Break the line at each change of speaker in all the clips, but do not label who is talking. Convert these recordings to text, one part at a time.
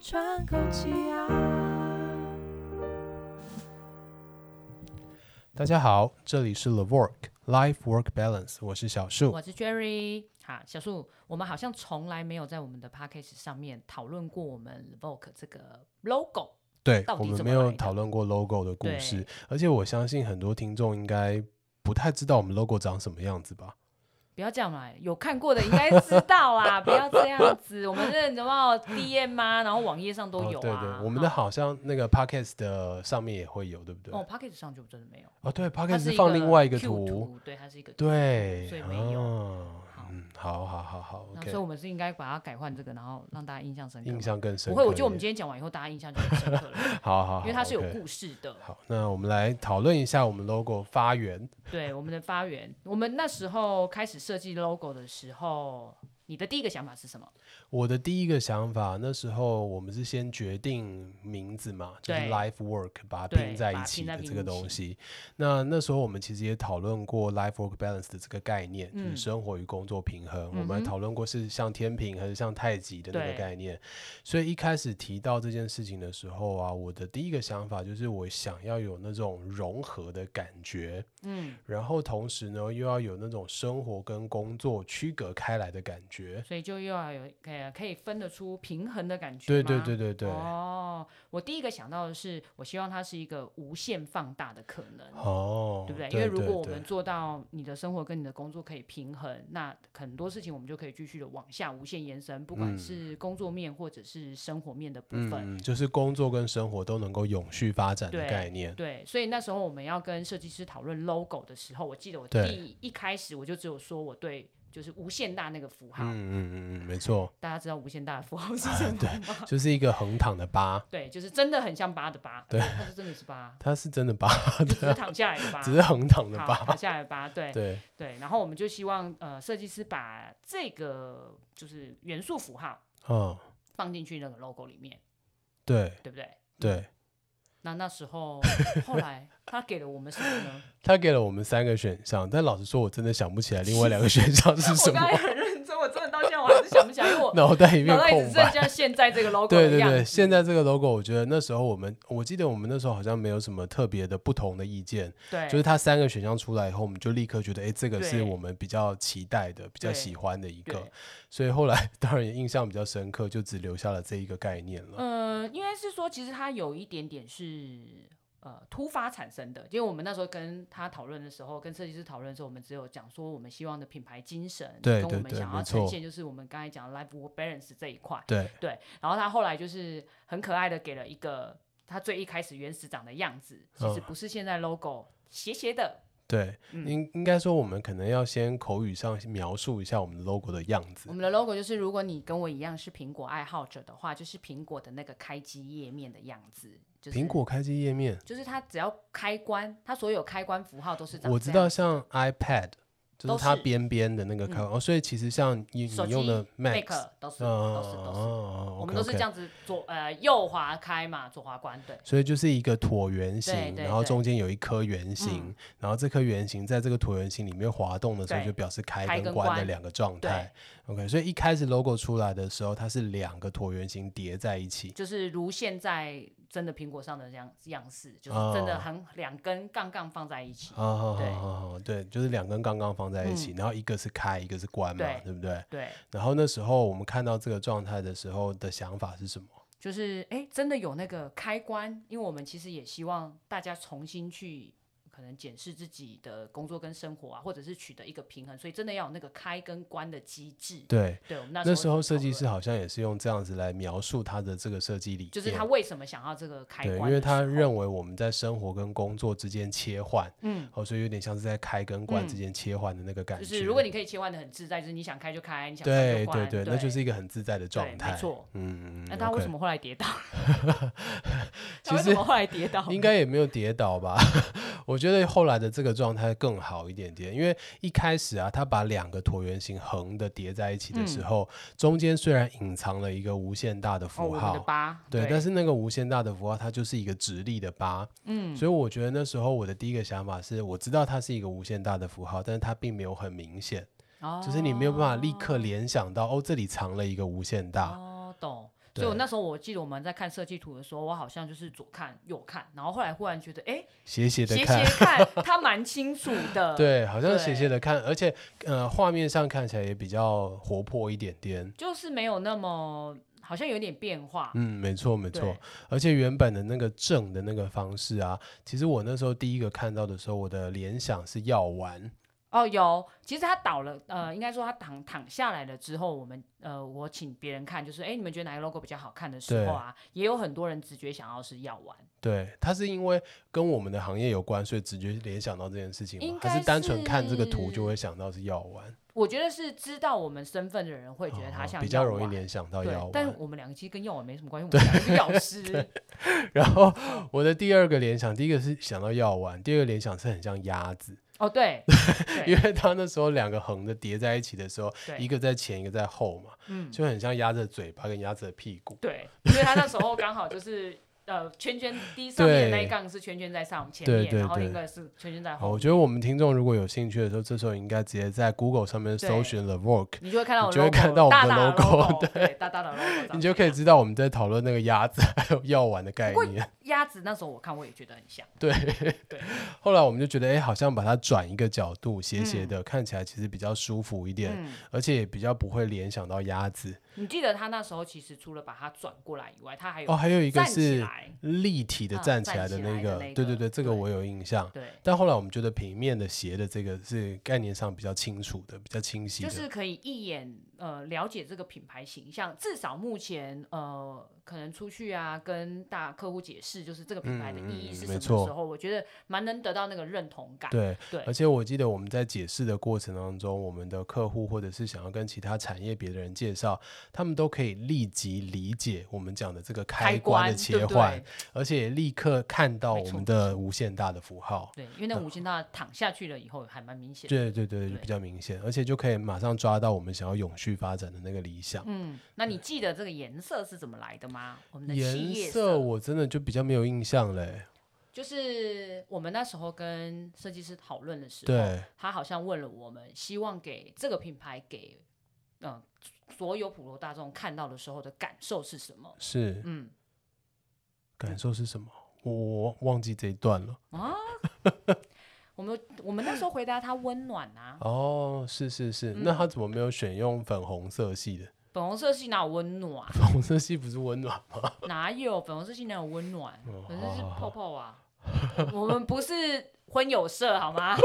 喘口气啊！
大家好，这里是 The Work Life Work Balance，我是小树。
我是 Jerry。好，小树，我们好像从来没有在我们的 p a c k a g e 上面讨论过我们 Vogue 这个 logo。
对，
到底
我们
怎
没
么
有
来的
讨论过 logo 的故
对
事，而且我相信很多听众应该不太知道我们 logo 长什么样子吧？
不要这样嘛，有看过的应该知道啊， 不要这样子。我们这什么 DM 啊，然后网页上都有
哦、
啊。
对对，我们的
哈
好像那个 podcast 的上面也会有，对不对？
哦 p a c k a g e 上就真的没有，
哦，对
它
，podcast
是
是放另外一个
Q
图，
图，对，它是一个 Q 图
对，
所以没有。
啊
好
嗯，好好好好
那所以
，OK，
我们是应该把它改换这个，然后让大家印象深刻嘛。
印象更深
不
刻一点。
会，我觉得我们今天讲完以后，大家印象就很深刻了，
好好好，
因为它是有
OK
故事的。
好，那我们来讨论一下我们 logo 发源。
对我们的发源，我们那时候开始设计 logo 的时候，你的第一个想法是什么？
我的第一个想法，那时候我们是先决定名字嘛，就是
对
Life Work 把它
对
拼在
把
一
它
起
拼在
的这
拼
个
一
东
起
西。那那时候我们其实也讨论过 Life Work Balance 的这个概念，就是
嗯
生活与工作平衡。我们
嗯哼
还讨论过是像天平还是像太极的那个
对
概念。所以一开始提到这件事情的时候啊，我的第一个想法就是我想要有那种融合的感觉，
嗯，
然后同时呢又要有那种生活跟工作区隔开来的感觉。
所以就又要有呃可以分得出平衡的感觉。
对对对。对对。
哦，我第一个想到的是，我希望它是一个无限放大的可能，
哦，
对不对？
对？
因为如果我
对
们做到你的生活跟你的工作可以平衡，那很多事情我们就可以继续的往下无限延伸，不管
嗯
是工作面或者是生活面的部分。
嗯，就是工作跟生活都能够永续发展的
对
概念。嗯
对，所以那时候我们要跟设计师讨论 logo 的时候，我记得我
对
第一开始我就只有说我对就是无限大那个符号，
嗯啊嗯 嗯嗯，没错，
大家知道无限大的符 号是什么吗？
就是一个横躺的八，
对就是真的很像八的八，
对
它就真的是 八，
它是真的八，
就只是躺下来的 八，
只是横躺的
好
八。
躺下来的八，对
对，
对。然后我们就希望呃设计师把这个就是元素符号
嗯，
放进去那个 logo 里面，
对
对不对？
对，
那那 时候后来他给了我们什么呢？
他给了我们三个选项，但老实说，我真的想不起来另外两个选项是 什
我刚才
么，
很认真，我真的到现在我还是想不起来，因为我
脑袋一片
脑袋只
空
剩
白。
下现 在这个 logo
对
的
对
样
对，
子。
现在这个 logo，我觉得那时候我们，我记得我们那时候好像没有什么特别的不同的意见，
对
就是它三个选项出来以后，我们就立刻觉得，哎，这个是
哎对
我们比较期待的、比较
对
喜欢的一个
对。
所以后来当然也印象比较深刻，就只留下了这一个概念 了。
呃，应该是说，其实它有一点点是呃突发产生的，因为我们那时候跟他讨论的时候，跟设计师讨论的时候，我们只有讲说我们希望的品牌精神，
对
跟
对
我们
对
想
没
要呈
错
现就是我们刚才讲的 life work balance 这一块。
对，
对，然后他后来就是很可爱的给了一个他最一开始原始长的样子，其实
嗯
不是现在 logo 斜斜的，
对，
嗯
应应该说我们可能要先口语上描述一下我们的 logo 的样子
我。们的 logo 就是，如果你跟我一样是苹果爱好者的话，就是苹果的那个开机页面的样子。就是、
苹果开机页面，
就是它只要开关，它所有开关符号都是长
我
这
知
样
道像 iPad，就
都
是它
是嗯
边边的那个开关，哦所以其实像你
手
你
机
用的 Mac，
Mac 都是、
嗯
都是都是，
哦
我们都是这。
OK，OK
样子左呃右滑开嘛，左滑关对。
所以就是一个椭圆形，
对
然后
对
中间有一颗圆形，
嗯
然后这颗圆形在这个椭圆形里面滑动的时候，
对
就表示开
开
跟
跟
关的
关
两个状态。OK，所以一开始 logo 出来的时候，它是两个椭圆形叠在一起。
就是如现在真的苹果上的这样样式，就是真的
哦
很、两根杠杠放在一起，
啊，好
对嗯
好好好，对，就是两根刚刚放在一起，然后一个是开，一个是关嘛，
对
对不对？
对，
然后那时候我们看到这个状态的时候的想法是什么？
就是哎，诶真的有那个开关，因为我们其实也希望大家重新去可能检视自己的工作跟生活啊，或者是取得一个平衡，所以真的要有那个开跟关的机制。
对，
对，我们那时
那
候
时候
就
设
讨
计
论
师好像也是用这样子来描述他的这个设计理念，
就是他为什么想要这个开
对，
关的时
因
候，
为他认为我们在生活跟工作之间切换，
嗯。
哦，所以有点像是在开跟关之
嗯
间切换的那个感
就
觉。
是如果你可以切换的很自在，就是你想开就开，你想关
对
就
对
关，
对，那就是一个很自在的状
对
态。
没错。
嗯，嗯
那他为什？
嗯
么后来跌倒？
其
他为什
实
么后来跌倒
OK？应该也没有跌倒吧？ 我觉得后来的这个状态更好一点点，因为一开始啊，他把两个椭圆形横的叠在一起的时
嗯
候，中间虽然隐藏了一个无限大的
哦，
符
我们
号，
的八，
对，但
是
是那个无限大的符号，它就是一个直立的八，
嗯，
所以我觉得那时候我的第一个想法是，我知道它是一个无限大的符号，但是它并没有很明哦显，就是你没有办法立刻联想到哦，这里藏了一个无限大。
哦哦，懂。所以我
对
那时候我记得我们在看设计图的时候，我好像就是左看右看，然后后来忽然觉得，哎、
斜斜的
斜
看
斜，看，它蛮清楚 的。
对，好像斜
对
斜的看，而且呃，画面上看起来也比较活泼一点点。
就是没有那么好像有点变化。
嗯，没错没
对
错，而且原本的那个正的那个方式啊，其实我那时候第一个看到的时候，我的联想是药丸，
哦，有，其实他倒了，呃，应该说他躺躺下来了之后，我们呃，我请别人看，就是哎，诶你们觉得哪个 logo 比较好看的时候啊，也有很多人直觉想要是药丸，
对，它是因为跟我们的行业有关，所以直觉联想到这件事情
应
吗？还
该
是单纯看这个图
是
就会想到是药丸？
我觉得是知道我们身份的人会觉得它
哦
像、
比较容易。联想到
对
药，
但
丸。
我们两个其实跟药丸没什 么关系，我们两个是药师。
然后我的第二个联想，第一个是想到药丸，第二个联想是很像鸭子，
哦，对，
因
对
为它那时候两个横的叠在一起的时候，一
对，
个在前，一个在后嘛，
嗯，
就很像鸭子的嘴巴跟鸭子的屁股。
对，因为他那时候刚好就是呃，圈圈第一上面的那一杠是圈圈在上前面，
对对
然后
对
另一个是圈圈在
好，
后
哦我觉得我们听众如果有兴趣的时候，这时候应该直接在 Google 上面搜
对
寻 The Work，
你就会看到我
你就会看到我们
大
的
大
logo，
logo，对，大大的 logo，长
你就
怎
可以
样
知道我们在讨论那个鸭子 还有药丸的概
不过
念。
鸭子那时候我看我也觉得很像，
对，
对
后来我们就觉得，哎、好像把它转一个角度，斜斜的，看起来其实比较舒服一点，
嗯，
而且也比较不会联想到鸭子。
你记得他那时候其实除了把它转过来以外，他还有
哦，还有一个
站起
是
来，
立体的
啊
站
站
起来的
起
那
来的
个，
那
对对
个
对，这个
对
我有印象。
对，
但后来我们觉得平面的斜的这个是概念上比较清楚的，比较清晰
就
的。
是可以一眼呃了解这个品牌形象，至少目前呃可能出去啊跟大客户解释，就是这个品牌的
嗯嗯
意义是
嗯
什么
没
的时
错
候，我觉得蛮能得到那个认同感。
对，
对
而且我记得我们在解释的过程当中，我们的客户或者是想要跟其他产业别的人介绍，他们都可以立即理解我们讲的这个开关的切
对不
换，
对？
而且也立刻看到
没
我
错
们
没
的无限大的符号。
对，因为那无限大躺下去了以后还蛮明显的。
对对对，
对
比较明显，而且就可以马上抓到我们想要永续发展的那个理想。
嗯，那你记得这个颜色是怎么来的吗？我们的企
颜
业
色我真的就比较没有印象嘞。
就是我们那时候跟设计师讨论的时候，
对，
他好像问了我们，希望给这个品牌给嗯、呃所有普罗大众看到的时候的感受是什么？
是
嗯
感受是什么？我我忘记这一段了。
啊，我们我们那时候回答他温暖啊，
哦，是是是，
嗯
那他怎么没有选用粉红色系的？
粉红色系哪有温暖？
粉红色系不是温暖吗？
哪有粉红色系哪有温暖？
哦
粉红色是
好好好
泡泡啊，
哦
我们不是婚友社 好吗？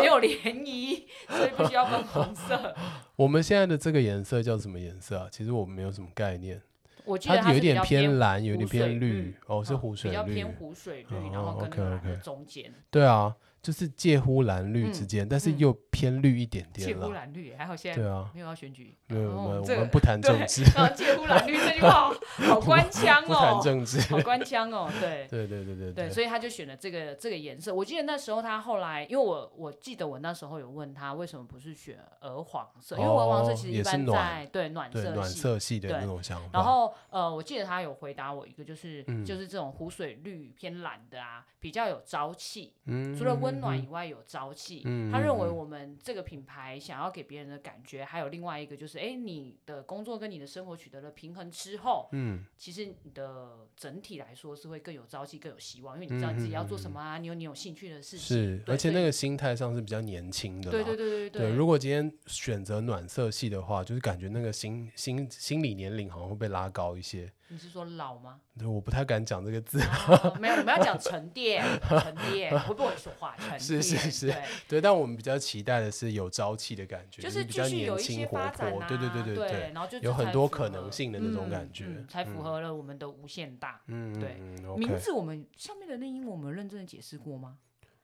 没有联谊，所以不需要粉红色。
我们现在的这个颜色叫什么颜色啊？其实我没有什么概念，
我记得
有一
是比
点
较
偏蓝，有一点
湖水
偏绿
绿，
哦，
嗯
是湖水
比较
绿
偏，湖水绿，然
哦
后跟那个蓝的
OK，OK
中间，
对啊，就是介乎蓝绿之
嗯
间，但是
嗯
又偏绿一点
介
点
乎
了。
蓝绿，还好现在
对啊，
没有要选举，
没有，
哦
我们我
这个
们不谈
对
政
啊
治，
然后介乎蓝绿这 句话好好官腔
不谈
哦，
政治。
好官腔哦，对。
对对对对
对，所以他就选了这个这个颜色。我记得那时候他后来，因为我我记得我那时候有问他为什么不是选鹅黄色，因为鹅黄色
哦
其实
也
一
是
般
暖
在对暖
对
色
暖
系。
色系的
对
那种想法。
然后呃，我记得他有回答我一个，就是、
嗯
就是这种湖水绿偏蓝的啊，比较有朝气，
嗯
除了温暖以外有朝气。
嗯
他认为
嗯嗯
我们这个品牌想要给别人的感觉，还有另外一个就是，哎，你的工作跟你的生活取得了平衡之后，
嗯，
其实你的整体来说是会更有朝气、更有希望，因为你知道你自己要做
嗯
什么啊，你有你有兴趣的事情。
是，
对
而且
所以
那个心态上是比较年轻的啦。
对对对对
对，如果今天选择暖色系的话，就是感觉那个心心心理年龄好像会被拉高一些。
你是说老吗？
对，我不太敢讲这个字。
啊没有，我们要讲沉淀，沉淀，我会不会说话？沉淀，
是是是
对
对，但我们比较期待的是有朝气的感觉，
就
就是
是
比
继
较
续
年
有一
轻
些
活
发展
泼。
啊，
对对对
对
对，
然后就
有
这
很
才
多
符
可
合
能性的那种
嗯
感觉
嗯才符
嗯
合了我们的无限大。
嗯
对
嗯
名
，OK，
字我们上面的那英文我们认真的解释过吗？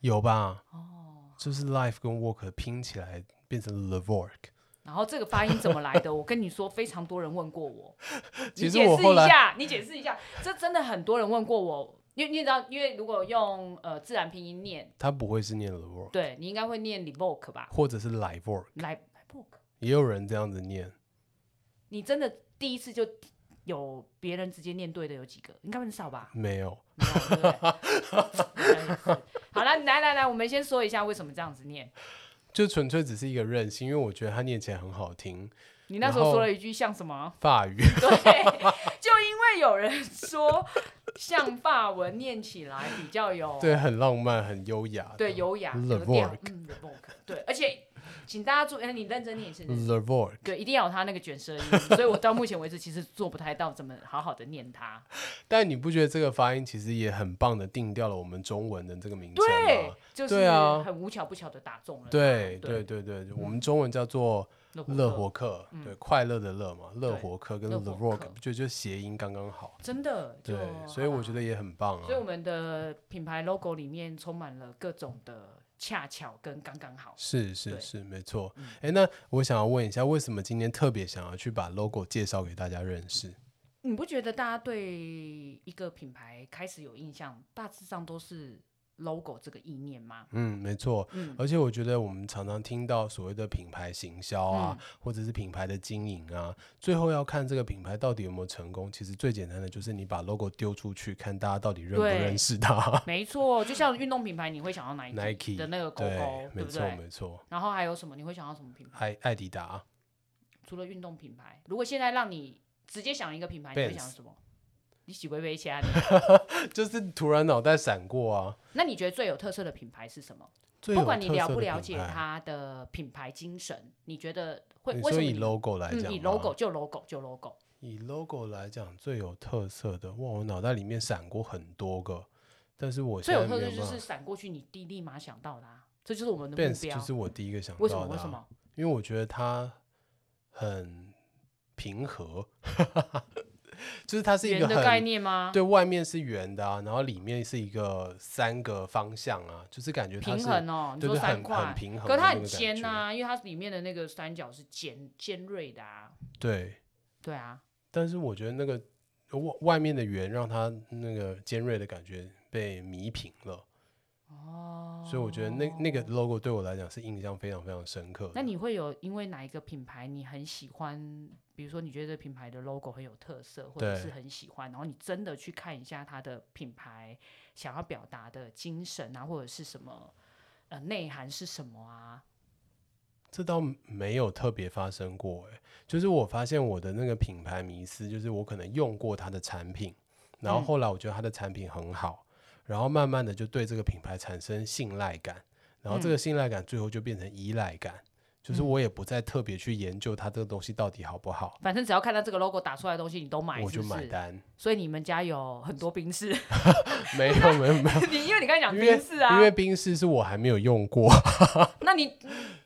有吧？
哦，
就是 life 跟 work 拼起来变成 the work。
然后这个发音怎么来的？我跟你说，非常多人问过我，
其
你
实
解
我
释
后
一
来
下，你解释一下，这真的很多人问过我，因为你也知道，因为如果用呃自然拼音念，
它不会是念 the work，
对你应该会念 revoke 吧？
或者是 live work，
来 revoke，
也有人这样子念。
你真的第一次就有别人直接念对的有几个？应该很少吧？
没有，
没有对不对好了，来来来，我们先说一下为什么这样子念。
就纯粹只是一个任性，因为我觉得它念起来很好听。
你那时候说了一句像什么？
法语，
对，就就因为有人说像法文念起来比较有
对，很浪漫，很优雅。
哦对优雅，
Le
有调
Vork
嗯 l e 对，而且请大家注意，哎你认真念一次。认真念
l e v o r
对，一定要有他那个卷舌音，所以我到目前为止其实做不太到怎么好好的念它。
但你不觉得这个发音其实也很棒的定掉了我们中文的这个名称
对
吗？，
就是
对啊
很无巧不巧的打中了它。
对
对
对对对，我们中文叫做
乐活
乐
客
活客，对，快乐的乐嘛，乐活客跟
乐
The
活
Rock
客
不就就谐音刚刚好？
真的就
对，所以我觉得也很棒啊
哦所以。我们的品牌 logo 里面充满了各种的恰巧跟刚刚好。
是是
对嗯
是，没错。哎，那我想要问一下，为什么今天特别想要去把 logo 介绍给大家认识？
你不觉得大家对一个品牌开始有印象，大致上都是 logo 这个意念吗？
嗯，没错。
嗯，
而且我觉得我们常常听到所谓的品牌行销啊，
嗯
或者是品牌的经营啊，最后要看这个品牌到底有没有成功。其实最简单的就是你把 logo 丢出去，看大家到底认不
对
认识它。
没错，就像运动品牌，你会想到 Nike
Nike
的那个勾
对
勾，，对
没
不
错
对？
没错。
然后还有什么？你会想到什么品牌？
艾艾迪达、
除了运动品牌，如果现在让你直接想一个品牌，你会
Benz
想什么？你喜微微其他你，
就是突然脑袋闪过啊。
那你觉得最有特色的品牌是什么？
最有
不管你
特
了
色
不
的
了
品
解
牌，
它的品牌精神，你觉得会
你
为什
说
么
以
你
logo 来讲、
嗯以 logo 就 logo 就 logo？
以 logo 来讲最有特色的，哇，我脑袋里面闪过很多个，但是我
最
现
有
在没
特色
有
就
办法
是。闪过去，你第立马想到的、啊，这就是我们的目
Benz
标。
就是我第一个想到
为
的、
什
啊。
么？为什么？
因为我觉得它很平和， 就是它是一
圆
个
的概
很
念啊吗？
啊对外面是圆的啊，然后里面是一个三个方向啊，就是感觉它
平
是
衡哦，你
对
说
对
三
很
块
很，平衡，
可是它很尖啊呐、，因为它里面的那个三角是尖尖锐的啊。
对。
对啊，
但是我觉得那个外外面的圆让它那个尖锐的感觉被弥平了，
哦，
所以我觉得那那个 logo 对我来讲是印象非常非常深刻的。
那你会有因为哪一个品牌你很喜欢？比如说你觉得这品牌的 logo 很有特色，或者
对
是很喜欢，然后你真的去看一下它的品牌想要表达的精神啊，或者是什么呃内涵是什么啊？
这倒没有特别发生过、欸，就是我发现我的那个品牌迷思，就是我可能用过它的产品，然后
嗯
后来我觉得它的产品很好，然后慢慢的就对这个品牌产生信赖感，然后这个
嗯
信赖感最后就变成依赖感，就是我也不再特别去研究它这个东西到底好不好，
反正只要看到这个 logo 打出来的东西，你都买，
我就是
不
买
是？
单。
所以你们家有很多冰室，
没有没有没有，
你因为你刚才讲
因
冰
为
室啊
因，为冰室是我还没有用过，
那你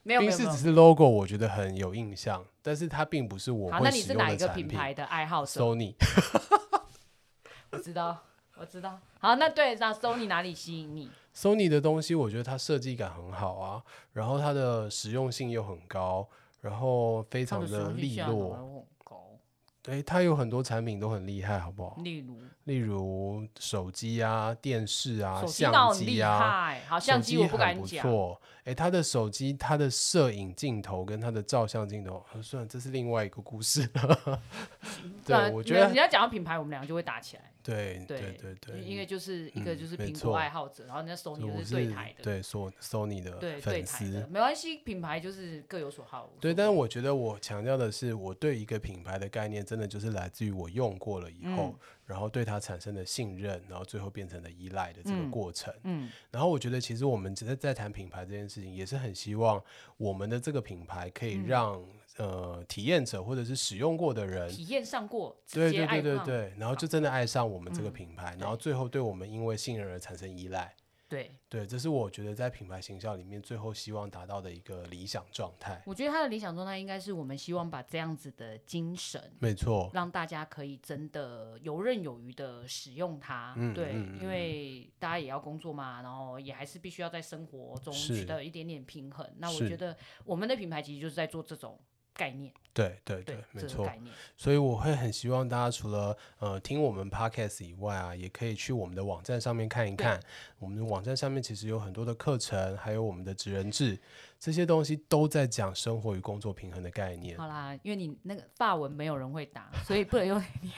没有没
冰
有没
室
有
只。是 logo 我觉得很有印象，但是它并不是我
好，
会
那你
使
是
用
哪
的
一个
产
品
品。
牌的爱好者？
Sony
我知道，我知道。好，那对，那 Sony 哪里吸引你？
Sony 的东西，我觉得它设计感很好啊，然后它的实用性又很高，然后非
它
常
的使
的
用性
利
价格
落。
很高，
对，它有很多产品都很厉害，好不好？
例如
例如手机啊、电视啊、
手机到
相
很
机
厉
啊，
害，好
手
相机我
很
敢
不
讲，
错，哎，它的手机、它的摄影镜头跟它的照相镜头，呃算了，这是另外一个故事。
不
对，
然
我觉得
你要讲到品牌，我们两个就会打起来，
对
对
对对对，
因为就是一个
嗯
就是
没
苹
错
果爱好者，然后人家
所以
Sony
我
就是对台的，
对索 Sony 的
对
粉
对台
丝
的，。没关系，品牌就是各有所好。无
对，
所
但是
谓
我觉得我强调的是，我对一个品牌的概念，真的就是来自于我用过了以后，
嗯
然后对它产生的信任，然后最后变成了依赖的这个
嗯
过程。
嗯，
然后我觉得，其实我们只是在谈品牌这件事情，也是很希望我们的这个品牌可
嗯
以让、呃体验者或者是使用过的人。
体验上过，直
对
接
对
爱
对对
上
对，然后就真的爱上我们这个
嗯
品牌，
对
然后最后对我们因为信任而产生依赖。
对，
对，这是我觉得在品牌形象里面最后希望达到的一个理想状态。
我觉得他的理想状态应该是我们希望把这样子的精神。
没错，
让大家可以真的游刃有余的使用它，
嗯
对，
嗯嗯
因为大家也要工作嘛，然后也还是必须要在生活中
是
取得一点点平衡。那我
是
觉得我们的品牌其实就是在做这种概念，
对对对
对，，
没
这
错
个。概念。
所以我会很希望大家除了呃听我们 podcast 以外啊，也可以去我们的网站上面看一看。我们的网站上面其实有很多的课程，还有我们的职人制，这些东西都在讲生活与工作平衡的概念。
好啦，因为你那个法文没有人会打，所以不能用 念，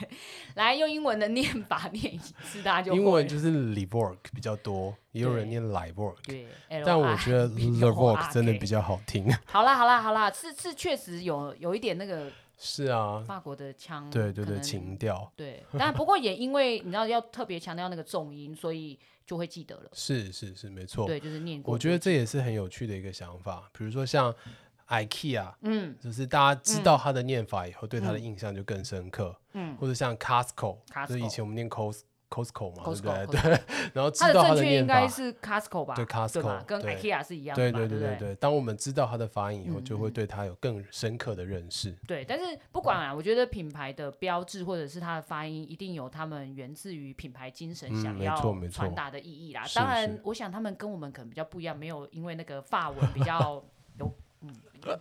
来用英文的念法念一次，大家就
英
会
文
了
就是 live work 比较多，也有人
对
念 live work，
对。L
但
I
我觉 得
V
live
O R
work 真的
K
比较好听。
好啦好啦好啦，是是确实有有一点那个
是啊，
法国的腔，
对对
可
对，
能
情调
对，但不过也因为你知道要特别强调那个重音，所以就会记得了。
是是是没错。
对，就是念过。
我觉得这也是很有趣的一个想法，比如说像 IKEA，
嗯
就是大家知道它的念法以后，对它的印象就更深刻。
嗯，
或者像 Costco，就是以
Costco
前我们念 Cos Costco 嘛，对不
Costco，
对？对， 然后知
它的
道它
正
的
确应
念
该
法。
是 Costco 吧？
对
吧
Costco，
跟
对
IKEA 是一样的
对
嘛，
对
对
对对
不对。
对，当我们知道它的发音以后，
嗯
就会
嗯
对它有更深刻的认识。
对，但是不管啊，我觉得品牌的标志或者是它的发音，一定有他们源自于品牌精神
嗯
想
没
要
错没
传
错
达的意义啦。
是
当然
是，
我想他们跟我们可能比较不一样，没有因为那个法文比较有嗯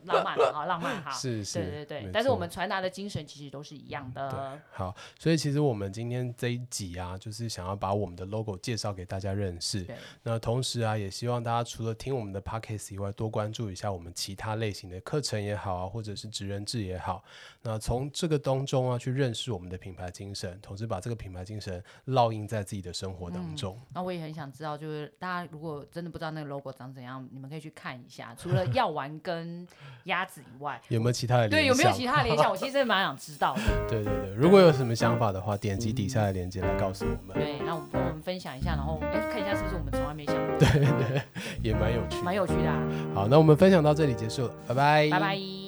浪漫嘛哈，浪漫哈。
是是，
对对对
没，
但是我
错嗯
们传达的精神其实都是一样的。
好，所以其实我们今天这一集啊，就是想要把我们的 logo 介绍给大家认识
对。
那同时啊，也希望大家除了听我们的 podcast 以外，多关注一下我们其他类型的课程也好啊，或者是职人制也好。那从这个当中啊，去认识我们的品牌精神，同时把这个品牌精神烙印在自己的生活当中。
那我也很想知道，就是大家如果真的不知道那个 logo 长怎样，你们可以去看一下。除了药丸跟鸭子以外，
有没有其他的
对，
联
有
想？
没有其他的 联想？我其实真的蛮想知道的。
对对对，如果有什么想法的话，点击底下的链接来告诉我们，
对，那我们我们分享一下，然后哎，看一下是不是我们从来没想过，
也蛮有趣的。
蛮有趣的、啊。
好，那我们分享到这里结束了，拜拜，
拜拜。